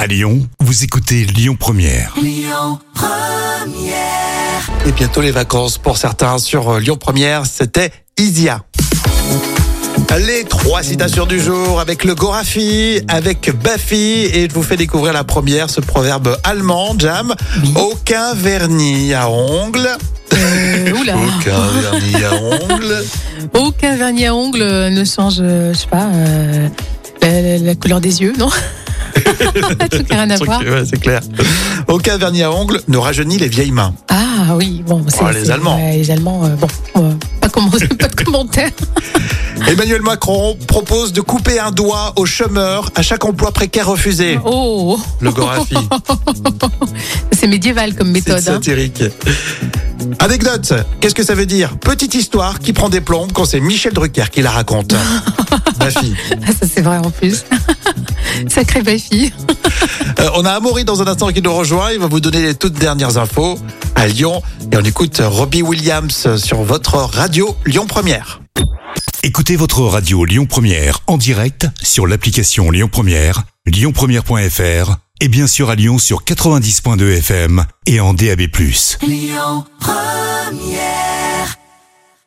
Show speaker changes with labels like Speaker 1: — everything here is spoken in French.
Speaker 1: À Lyon, vous écoutez Lyon Première.
Speaker 2: Et bientôt les vacances pour certains sur euh, Lyon Première, c'était Isia. Les trois citations du jour avec le Gorafi, avec Bafi et je vous fais découvrir la première, ce proverbe allemand, Jam. Aucun vernis à ongles.
Speaker 3: Oula,
Speaker 2: Aucun vernis à ongles.
Speaker 3: aucun vernis à ongles euh, ne change, euh, je sais pas, euh, la, la- la couleur des yeux, non Un truc rien à
Speaker 2: Truc,
Speaker 3: voir.
Speaker 2: ouais, c'est clair. Aucun vernis à ongles ne rajeunit les vieilles mains.
Speaker 3: Ah oui, bon, c'est
Speaker 2: Oh, les
Speaker 3: c'est-
Speaker 2: Allemands.
Speaker 3: ouais, les Allemands, euh, bon, euh, pas, comment- pas de commentaires.
Speaker 2: Emmanuel Macron propose de couper un doigt aux chômeurs à chaque emploi précaire refusé.
Speaker 3: Oh,
Speaker 2: Le Gorafi.
Speaker 3: c'est médiéval comme
Speaker 2: C'est
Speaker 3: méthode. hein.
Speaker 2: satirique. Anecdote, qu'est-ce que ça veut dire Petite histoire qui prend des plombes quand c'est Michel Drucker qui la raconte. Ma fille.
Speaker 3: Ah, ça c'est vrai en plus. Sacré belle fille.
Speaker 2: Euh, on a Amaury dans un instant qui nous rejoint. Il va vous donner les toutes dernières infos à Lyon. Et on écoute Robbie Williams sur votre radio Lyon Première.
Speaker 1: Écoutez votre radio Lyon Première en direct sur l'application Lyon Première, lyonpremière.fr et bien sûr à Lyon sur 90.2 FM et en DAB+.